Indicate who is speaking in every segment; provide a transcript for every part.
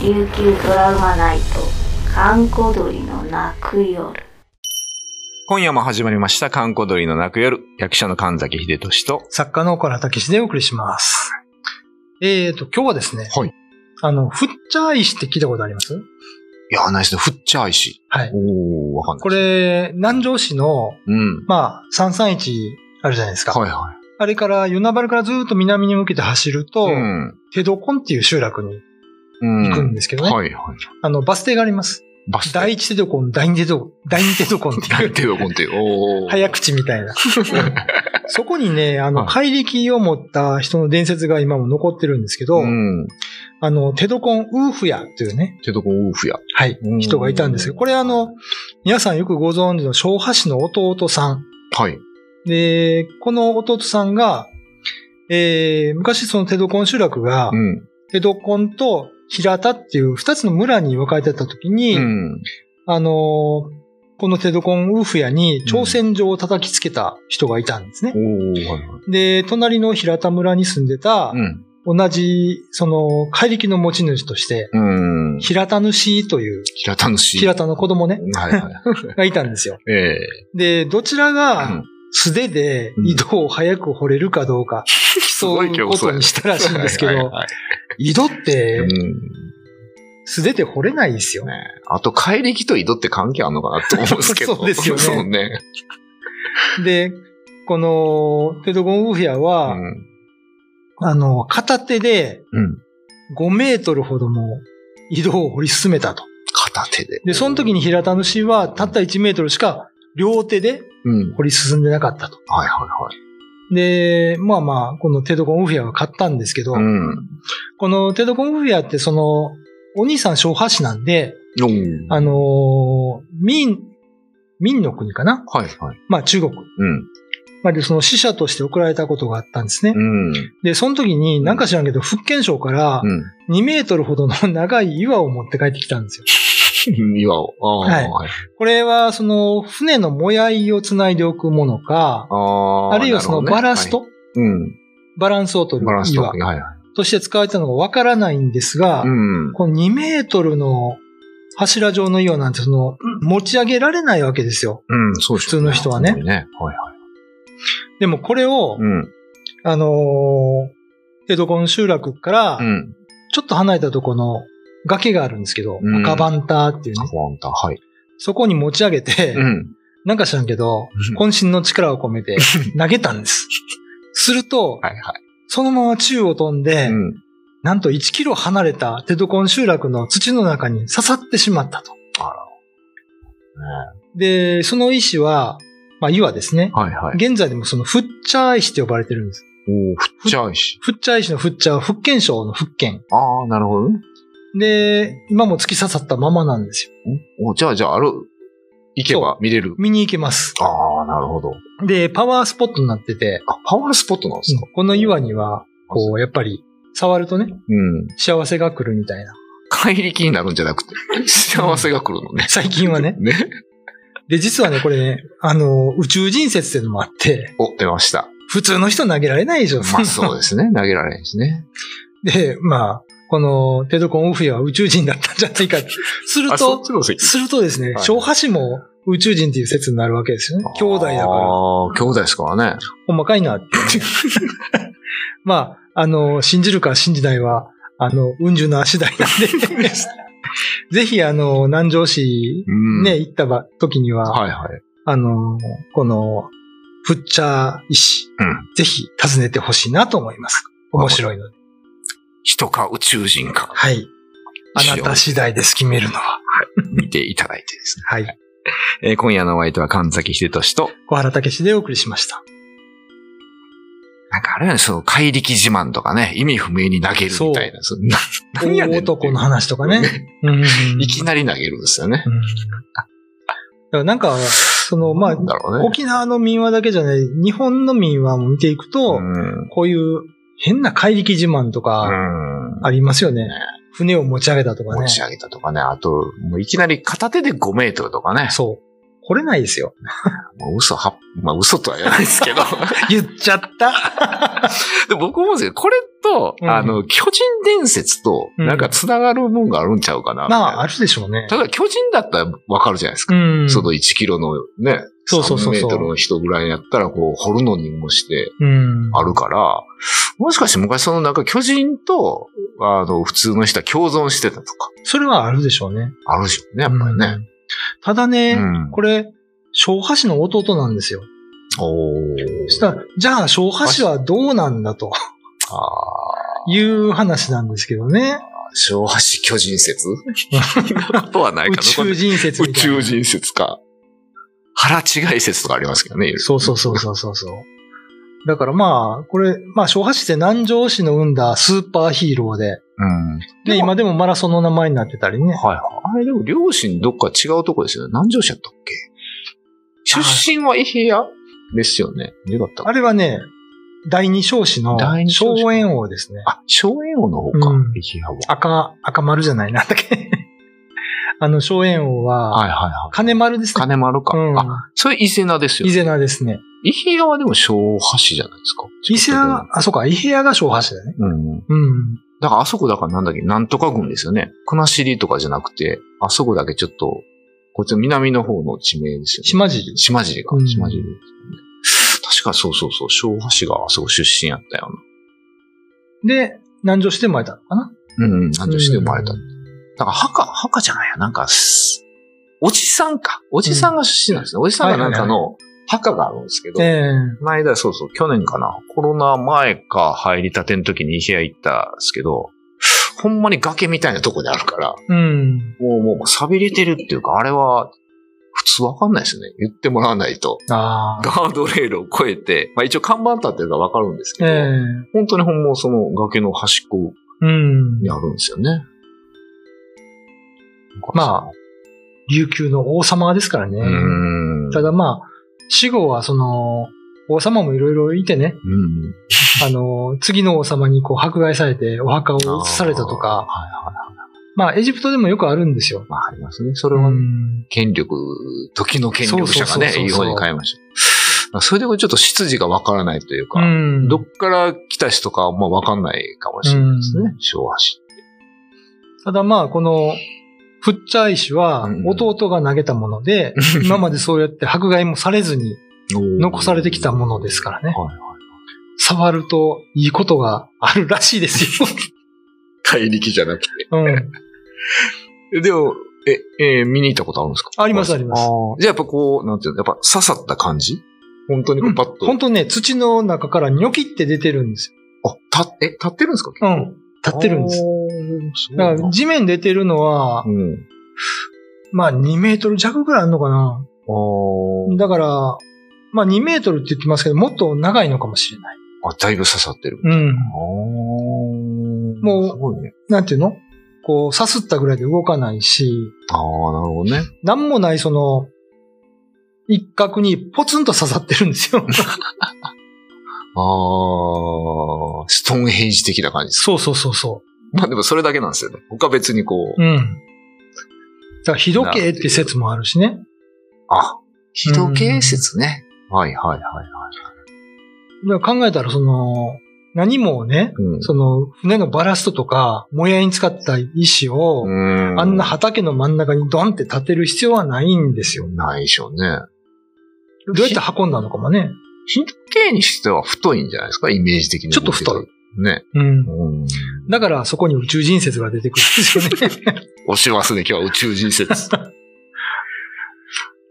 Speaker 1: 琉球ドラマナイト閑古鳥の泣く夜
Speaker 2: 今夜も始まりました、観光鳥の泣く夜。役者の神崎秀俊と。
Speaker 3: 作家の岡原武史でお送りします。えーと、今日はですね、
Speaker 2: はい
Speaker 3: あの、フッチャー石って聞いたことあります
Speaker 2: いや、ないですね。フッチャー石。
Speaker 3: はい
Speaker 2: おー、わかんない。
Speaker 3: こ、れ、南城市の、
Speaker 2: うん。
Speaker 3: まあ、331あるじゃないですか。
Speaker 2: はいは
Speaker 3: あれから、与那原からずーっと南に向けて走ると、
Speaker 2: い。ん。
Speaker 3: ヘドコンっていう集落に
Speaker 2: うん
Speaker 3: 行くんですけどね、
Speaker 2: はいはい。
Speaker 3: あの、バス停があります。
Speaker 2: バス
Speaker 3: 第一テドコン、第二テドコン、第二テドコンってい
Speaker 2: 大
Speaker 3: う、
Speaker 2: 手ドコンって。おー。
Speaker 3: 早口 みたいな。そこにね、あ
Speaker 2: は
Speaker 3: の、
Speaker 2: い
Speaker 3: 怪力を持った人の伝説が今も残ってるんですけど、
Speaker 2: うん。
Speaker 3: あの、テドコンウーフヤというね、
Speaker 2: 手ドコンウーフや。
Speaker 3: はい
Speaker 2: うん、
Speaker 3: 人がいたんですけど、これあの、皆さんよくご存知の昭和市の弟さん。
Speaker 2: はい。
Speaker 3: で、この弟さんが、えー昔そのテドコン集落が、
Speaker 2: うん。
Speaker 3: テドコンと平田っていう二つの村に分かれてた時に、
Speaker 2: うん。
Speaker 3: あのーこのテドコンウーフ屋に挑戦状を叩きつけた人がいたんですね。
Speaker 2: おー、はいはい。
Speaker 3: で、隣の平田村に住んでた、
Speaker 2: うん。
Speaker 3: 同じ、その、怪力の持ち主として、
Speaker 2: うん。
Speaker 3: 平田主という、
Speaker 2: 平田のし
Speaker 3: 平田の子供ね、
Speaker 2: はいはい。
Speaker 3: がいたんですよ。
Speaker 2: ええ。
Speaker 3: で、どちら
Speaker 2: う
Speaker 3: が
Speaker 2: ん
Speaker 3: 素手で井戸を早く掘れるかど うか、競うことにしたらしいんですけ
Speaker 2: はいはい
Speaker 3: ど、
Speaker 2: はい
Speaker 3: 井戸って
Speaker 2: うん。
Speaker 3: 素手で掘れないですよ。
Speaker 2: ねあと、怪力と井戸って関係あるのかなと思うんですけど。
Speaker 3: そうですよね
Speaker 2: そうね。
Speaker 3: で、このテドゴンウーフィア
Speaker 2: う
Speaker 3: は、
Speaker 2: ん。
Speaker 3: あの、片手で
Speaker 2: うん。
Speaker 3: 5メートルほども井戸を掘り進めたと。
Speaker 2: 片手で。
Speaker 3: で、その時に平田主はたった1メートルしか両手で
Speaker 2: うん。
Speaker 3: 掘り進んでなかったと。
Speaker 2: はいはい
Speaker 3: で、まあまあ、このテドゴンウーフィアは買ったんですけど、
Speaker 2: はい。うん。
Speaker 3: このテドゴンウーフィアってその、お兄さん小破市なんで、
Speaker 2: おー
Speaker 3: あのー、民、民の国かな
Speaker 2: はいはい。
Speaker 3: まあ中国。
Speaker 2: うん。
Speaker 3: まあで、その死者として送られたことがあったんですね。
Speaker 2: うん。
Speaker 3: で、その時に、なんか知らんけど、福建省から
Speaker 2: う
Speaker 3: 2メートルほどの 長い岩を持って帰ってきたんですよ。
Speaker 2: ん。岩を。ああー、
Speaker 3: はい
Speaker 2: はい。
Speaker 3: これは、その、船のもやいをつないでおくものか、
Speaker 2: ああ。
Speaker 3: あるいはその
Speaker 2: な
Speaker 3: バ
Speaker 2: ほどね
Speaker 3: ラスト、
Speaker 2: はい
Speaker 3: バランスを
Speaker 2: う
Speaker 3: 取
Speaker 2: ん。
Speaker 3: る
Speaker 2: バランスと。
Speaker 3: 岩
Speaker 2: はいはい。
Speaker 3: として使われたのがわからないんですが、
Speaker 2: うん。
Speaker 3: この2メートルの柱状の岩なんて、その、持ち上げられないわけですよ。
Speaker 2: うん、そう普
Speaker 3: 普通の人はね
Speaker 2: ね。はいはい。
Speaker 3: でもこれを、
Speaker 2: うん。
Speaker 3: あのー、江戸コン集落から
Speaker 2: う、ん。
Speaker 3: ちょっと離れたとこの崖があるんですけど、
Speaker 2: うん
Speaker 3: 赤バンターっていうね、
Speaker 2: ワンタン、はい。
Speaker 3: そこに持ち上げて、
Speaker 2: うん。
Speaker 3: なんか知らんけど、
Speaker 2: はい
Speaker 3: 渾身の力を込めて投げた んです。すると、
Speaker 2: はい。
Speaker 3: そのまま宙を飛んで、
Speaker 2: うん。
Speaker 3: なんと1キロ離れたテドコン集落の土の中に刺さってしまったと。
Speaker 2: あら。ね
Speaker 3: で、その石は、まあ岩ですね。
Speaker 2: はいはい。
Speaker 3: 現在でもそのフッチャー石って呼ばれてるんです。
Speaker 2: おお、振っちゃうし。
Speaker 3: フッチャー石のフッチャーは福建省の福建。
Speaker 2: ああ、なるほどね。
Speaker 3: で、今も突き刺さったままなんですよ。
Speaker 2: おおじゃあ、じゃあ、ある、行けば見れる。
Speaker 3: 見に行けます。
Speaker 2: ああ、なるほど。
Speaker 3: で、パワースポットになってて、
Speaker 2: あ、パワースポットなんですか
Speaker 3: この岩には、こう、やっぱり、触るとね、
Speaker 2: うん。
Speaker 3: 幸せが来るみたいな。
Speaker 2: 怪力になるんじゃなく て、幸せが来るのね。
Speaker 3: 最近はね。
Speaker 2: ね。
Speaker 3: で、実はね、これね、あの、宇宙人説っていうのもあって、
Speaker 2: お、出ました。
Speaker 3: 普通の人投げられないでしょ。
Speaker 2: まあそうです ね。投げられないですね。
Speaker 3: で、まあ、この、テドコンウフィアは宇宙人だったんじゃない かって。する
Speaker 2: あ、そっ
Speaker 3: と、
Speaker 2: ちの席。
Speaker 3: するとですね
Speaker 2: は、い
Speaker 3: 小波氏も宇宙人っていう説になるわけですよね。兄弟だ
Speaker 2: あ
Speaker 3: から、
Speaker 2: あ、兄弟ですからね。
Speaker 3: 細かいな って。まあ、あの、信じるか信じないは、あの、運十の足台な んで、ぜひ、あの、南城市、
Speaker 2: うん。
Speaker 3: ね、。行ったば時には、
Speaker 2: はいはい。
Speaker 3: あの、この、フッチャー医師、
Speaker 2: うん
Speaker 3: ぜひ訪ねてほしいなと思います。面白いので。
Speaker 2: 人か宇宙人か、
Speaker 3: はい。あなた次第です、決めるのは。
Speaker 2: 見ていただいてですね。
Speaker 3: はい。
Speaker 2: えー今夜のお相手は神崎秀俊と、
Speaker 3: 小原武史でお送りしました。
Speaker 2: なんかあれはね、その怪力自慢とかね、意味不明に投げるみたいな。そんな、なんや
Speaker 3: 大
Speaker 2: ねんっていう
Speaker 3: 男の話と かね。うん
Speaker 2: いきなり投げるんですよね
Speaker 3: う。んだからなんか、その、まあ
Speaker 2: な、んだろうね。
Speaker 3: 沖縄の民話だけじゃない、日本の民話も見ていくと、
Speaker 2: うん
Speaker 3: こういう変な怪力自慢とか
Speaker 2: うん
Speaker 3: ありますよね。船を持ち上げたとかね。
Speaker 2: 持ち上げたとかね、あと、もういきなり片手で5メートルとかね。
Speaker 3: そう。掘れないですよ。
Speaker 2: まあ嘘は、まあ嘘とは言わないですけ ど。
Speaker 3: 言っちゃった。
Speaker 2: で僕思うんですけど、これと、
Speaker 3: うん
Speaker 2: あの、巨人伝説と、
Speaker 3: うん
Speaker 2: なんか繋がるもんがあるんちゃうかな。
Speaker 3: ま
Speaker 2: みたいな
Speaker 3: あ、あるでしょうね。
Speaker 2: ただ巨人だったらわかるじゃないですか。
Speaker 3: うん。
Speaker 2: その1キロのね、
Speaker 3: そうそうそ
Speaker 2: 3
Speaker 3: う
Speaker 2: メー
Speaker 3: そう
Speaker 2: トルの人ぐらいやったら、こう、掘るのにもして
Speaker 3: うん。
Speaker 2: あるから、もしかして昔そのなんか巨人と、あの、普通の人は共存してたとか、
Speaker 3: それはあるでしょうね。
Speaker 2: あるでしょうね、やっぱりね。
Speaker 3: うんただね、
Speaker 2: うん
Speaker 3: これ、小波氏の弟なんですよ。
Speaker 2: おー
Speaker 3: そしたら、じゃあ小波氏はどうなんだと
Speaker 2: あ
Speaker 3: いう話なんですけどね。
Speaker 2: ー小橋巨人 説なことはない
Speaker 3: 宇
Speaker 2: かな。
Speaker 3: 宙人説
Speaker 2: 宇
Speaker 3: みたいな。
Speaker 2: 宙人説か。腹違い説とかありますけどね。いろいろ
Speaker 3: そうそうそうそうそうそう。だからまあ、これ、まあ、小波氏って南城市の生んだスーパーヒーローで、
Speaker 2: うん。で
Speaker 3: で、
Speaker 2: も
Speaker 3: 今でもマラソンの名前になってたり
Speaker 2: は
Speaker 3: ね。
Speaker 2: いはい。あれでも両親どっか違うとこですよね。南城市やったっけ出身は伊平屋ですよね。どうだった
Speaker 3: あれはね、第二少子の
Speaker 2: 第二少子
Speaker 3: 荘園王ですね。
Speaker 2: あ、荘園王の方か
Speaker 3: うん。
Speaker 2: 伊平屋は。
Speaker 3: 赤、赤丸じゃないなんだっけ。 あの、荘園王
Speaker 2: はい
Speaker 3: は、
Speaker 2: はいはい。
Speaker 3: 金丸ですね。
Speaker 2: 金丸か。
Speaker 3: うん
Speaker 2: あ、それ伊勢名ですよ
Speaker 3: 伊。勢名ですね。
Speaker 2: 伊平屋はでも小橋じゃないですか。
Speaker 3: 伊勢名が、あ、そうか、伊平屋が小橋だね。
Speaker 2: うん。
Speaker 3: うん。
Speaker 2: だからあそこだからなんだっけ、なんとか郡ですよね。国後とかじゃなくて、あそこだけちょっと、こっちの南の方の地名ですよね。
Speaker 3: 島尻。
Speaker 2: 島尻か
Speaker 3: う。ん
Speaker 2: 島尻ですよね。確かそうそうそう、昭和市があそこ出身やったよ
Speaker 3: で、南城市で生まれたのかな
Speaker 2: うな。うん、うん、なんとして生まれた。
Speaker 3: う
Speaker 2: だ
Speaker 3: ん
Speaker 2: から、墓、墓じゃないや、なんかす、おじさんか。おじさんが出身なんですね。おじさんがなんかの墓があるんですけど、
Speaker 3: え
Speaker 2: 前だ、そうそう、去年かな。コロナ前か入りたての時に部屋行ったんですけど、ほんまに崖みたいなとこであるから、
Speaker 3: えうん。
Speaker 2: もうもうもう錆びれてるっていうか、あれは、普通わかんないですね。言ってもらわないと。
Speaker 3: あ あ。
Speaker 2: ガードレールを越えて、まあ一応看板立ってるからわかるんですけ
Speaker 3: え
Speaker 2: ど、
Speaker 3: え
Speaker 2: 本当にほんまその崖の端っこ
Speaker 3: うん
Speaker 2: に。あるんですよね。
Speaker 3: まあ、琉球の王様ですからね。
Speaker 2: うーん。
Speaker 3: ただまあ、死後はその、王様もいろいろいて ね、
Speaker 2: うん。
Speaker 3: あの、次の王様にこう迫害されてお墓を移されたと
Speaker 2: あー
Speaker 3: か、
Speaker 2: はいはい。
Speaker 3: まあ、エジプトでもよくあるんですよ。
Speaker 2: まあありますね。それ
Speaker 3: う
Speaker 2: は
Speaker 3: ん。
Speaker 2: 権力、時の権力者がね
Speaker 3: そうそうそうそ、う
Speaker 2: いい方に変えました。まあそれでもちょっと出自がわからないというか、
Speaker 3: うん
Speaker 2: どっから来た人かはまあわかんないかもしれないですね。昭和史。
Speaker 3: ただまあ、この、フッチャー石は
Speaker 2: うん
Speaker 3: 弟が投げたもので、今までそうやって迫害もされずに残されてきたものですからね。
Speaker 2: はいはい。
Speaker 3: 触るといいことがあるらしいです よ。
Speaker 2: 怪力じゃなく
Speaker 3: う
Speaker 2: て。
Speaker 3: ん。
Speaker 2: でも、え、えー見に行ったことあるんですか
Speaker 3: ありますあります
Speaker 2: ーじゃあやっぱこう、なんていうの、やっぱ刺さった感じ本当にこうパッと。
Speaker 3: 本当ね、土の中からニョキって出てるんです
Speaker 2: あ、た、え、立ってるんですか
Speaker 3: よ。うん。立ってるんです。
Speaker 2: す。そうな
Speaker 3: だ
Speaker 2: ん
Speaker 3: か
Speaker 2: だ
Speaker 3: ら地面出てるのは、
Speaker 2: うん。
Speaker 3: まあ2メートル弱ぐらいあるのかな。
Speaker 2: あー
Speaker 3: だから、まあ2メートルって言ってますけど、もっと長いのかもしれない。
Speaker 2: あ、だいぶ刺さってる。
Speaker 3: うん。
Speaker 2: あー
Speaker 3: もう
Speaker 2: すごいね。
Speaker 3: なんていうのこう、さすったぐらいで動かないし、
Speaker 2: ああ、なるほどね。
Speaker 3: なんもないその、一角にポツンと刺さってるんです よ。
Speaker 2: ああ、ストーンヘンジ的な感じです。
Speaker 3: そうそうそうそ
Speaker 2: まあでもそれだけなんですよね。他別にこう、
Speaker 3: う。うん。だから、ひどけって説もあるしね。
Speaker 2: あ、非同系説ね。はいはいはいはい。
Speaker 3: だから考えたら、その、何もね、
Speaker 2: うん
Speaker 3: その、船のバラストとか、もやに使った石を、
Speaker 2: うん
Speaker 3: あんな畑の真ん中にドンって立てる必要はないんですよ。
Speaker 2: ないでしょうね。
Speaker 3: どうやって運んだのかもね。
Speaker 2: ヒント系にしては太いんじゃないですかイメージ的に。
Speaker 3: ちょっと太い。
Speaker 2: ね。
Speaker 3: うん。
Speaker 2: うん。
Speaker 3: だからそこに宇宙人説が出てくるんですよね。
Speaker 2: 押しますね、今日は宇宙人 説。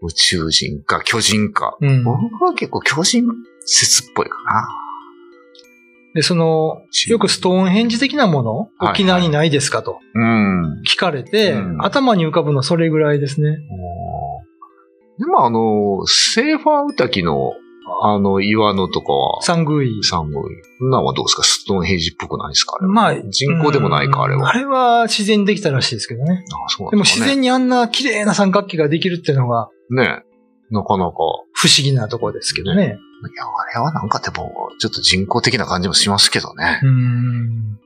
Speaker 2: 宇宙人か、巨人か。
Speaker 3: うん。
Speaker 2: 僕は結構巨人説っぽいかな。
Speaker 3: で、その、よくストーンヘンジ的なもの、
Speaker 2: はい
Speaker 3: 沖縄にないですかと
Speaker 2: うん。
Speaker 3: 聞かれて、
Speaker 2: うん
Speaker 3: 頭に浮かぶのはそれぐらいですね。
Speaker 2: でもあの、セーファーウタキの、あの、岩のとかは、
Speaker 3: サングイ。
Speaker 2: サンゴイ。そんなんはどうですかストーンヘイジっぽくないですかあれは
Speaker 3: まあ、
Speaker 2: 人工でもないか、あれ
Speaker 3: うん
Speaker 2: は。
Speaker 3: あれは自然にできたらしいですけどね。
Speaker 2: あそうな
Speaker 3: でも
Speaker 2: んす
Speaker 3: 自
Speaker 2: かね
Speaker 3: 然にあんな綺麗な三角形ができるっていうのが
Speaker 2: ねなかなか。
Speaker 3: 不思議なところですけどね。
Speaker 2: いや、あれはなんかでも、ちょっと人工的な感じもしますけどね。
Speaker 3: うん。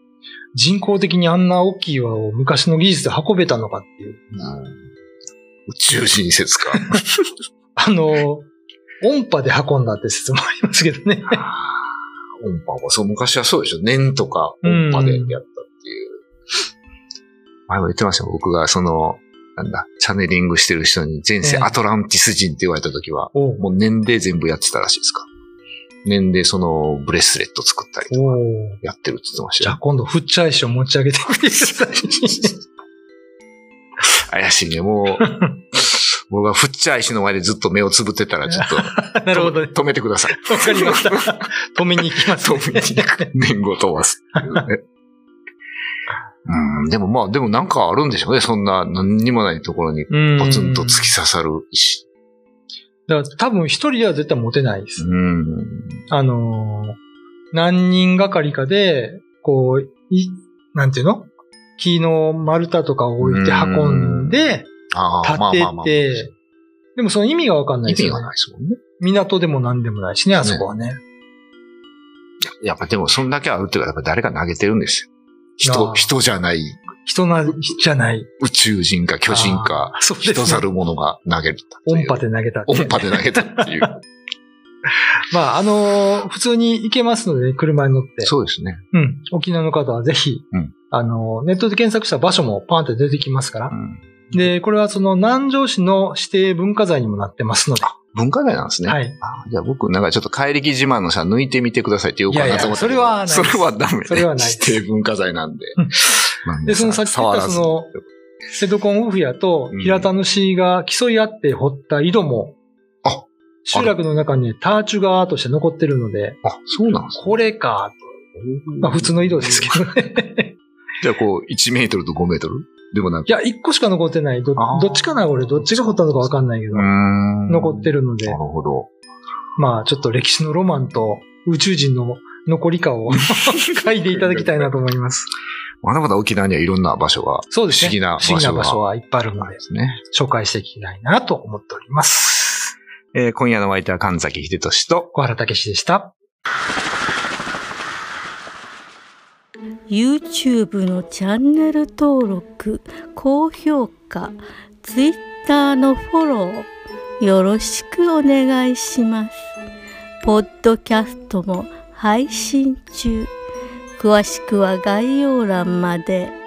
Speaker 3: 人工的にあんな大きい岩を昔の技術で運べたのかっていう。
Speaker 2: うん宇宙人説か。
Speaker 3: あの、音波で運んだって説もありますけどね。
Speaker 2: 音波も、そう、昔はそうでしょ。年とか音波でやったっていう。前も言ってましたよ僕がその、なんだ、チャネリングしてる人に前世
Speaker 3: ええ
Speaker 2: アトランティス人って言われた時は、
Speaker 3: おう
Speaker 2: もう年齢全部やってたらしいですか。年齢そのブレスレット作ったりとか
Speaker 3: おう
Speaker 2: やってるって言ってまし
Speaker 3: じ
Speaker 2: た
Speaker 3: ゃあ
Speaker 2: よ。
Speaker 3: 今度、フッチャイシを持ち上げてみてください。
Speaker 2: 怪しいね、もう。僕がフッチャー石の前でずっと目をつぶってたらちょっと
Speaker 3: なるほどね。
Speaker 2: 止めてください。
Speaker 3: わかりました。止めに行きます、ね。
Speaker 2: 止めに行く。 年号飛ばすっていうね。うん、でもまあ、でもなんかあるんでしょうね。そんな何にもないところに
Speaker 3: うん。
Speaker 2: ポツンと突き刺さる石。
Speaker 3: だから多分一人では絶対持てないです。
Speaker 2: うん。
Speaker 3: あのー何人がかりかで、こう、い、なんていうの木の丸太とかを置いて運んで、
Speaker 2: ああ、まあまあま
Speaker 3: 立
Speaker 2: あ。
Speaker 3: てて、でもその意味がわかんない
Speaker 2: 意
Speaker 3: です
Speaker 2: 味
Speaker 3: よ
Speaker 2: が
Speaker 3: ね。
Speaker 2: ないですもんね。
Speaker 3: 港でも何でもないしね、あそこはね。
Speaker 2: やっぱでも、そんだけあるっていうか、やっぱ誰か投げてるんですよ。人、
Speaker 3: あー
Speaker 2: 人じゃない、
Speaker 3: 人な、じゃない。
Speaker 2: 宇宙人か巨人か、
Speaker 3: あー、そうです、ね。
Speaker 2: 人猿者が投げるとい
Speaker 3: 音
Speaker 2: う。
Speaker 3: 波で投げたっていう
Speaker 2: 音波で投げたっていう。
Speaker 3: まあ、あのー普通に行けます ので、車に乗って。
Speaker 2: そうですね。
Speaker 3: うん。沖縄の方はぜひ、
Speaker 2: うん
Speaker 3: あのーネットで検索した場所もパンって出てきますから
Speaker 2: う。ん
Speaker 3: で、これはその南城市の指定文化財にもなってますので。
Speaker 2: 文化財なんですね。
Speaker 3: はい。
Speaker 2: あじゃあ僕、なんかちょっと怪力自慢のさ、抜いてみてくださいって言おうかなと思って。
Speaker 3: いやいやそれはないです
Speaker 2: それはダメ。
Speaker 3: それはないです
Speaker 2: 指定文化財なんで
Speaker 3: うん。
Speaker 2: まあ
Speaker 3: で、そのさっき言ったそ、の、瀬戸コンオフィアと平田の市が競い合って掘った井戸
Speaker 2: う
Speaker 3: も、
Speaker 2: んあ
Speaker 3: 集落の中にターチュガーとして残ってるので、
Speaker 2: あ、そうなんです
Speaker 3: これか、と。まあ普通の井戸ですけどね。
Speaker 2: じゃあこう、1メートルと5メートルでもなん
Speaker 3: いや、一個しか残ってない。ど
Speaker 2: あー
Speaker 3: どっちかな俺、どっちが掘ったのかわかんないけど、残
Speaker 2: 残
Speaker 3: って
Speaker 2: る。
Speaker 3: るので
Speaker 2: なる、ほど。
Speaker 3: まあちょっと歴史のロマンと宇宙人の残りか を嗅いでいただきたいなと思います。
Speaker 2: まだまだ沖縄にはいろんな場所が
Speaker 3: そうですね。
Speaker 2: 不思議な場所が
Speaker 3: 不思議な場所はいっぱいあるの
Speaker 2: あるん
Speaker 3: で
Speaker 2: で、すね。
Speaker 3: 紹介していきたいなと思っております。
Speaker 2: えー今夜のお相手は神崎秀俊と、
Speaker 3: 小原武史でした。
Speaker 4: YouTube のチャンネル登録高評価 Twitter のフォローよろしくお願いしますポッドキャストも配信中詳しくは概要欄まで。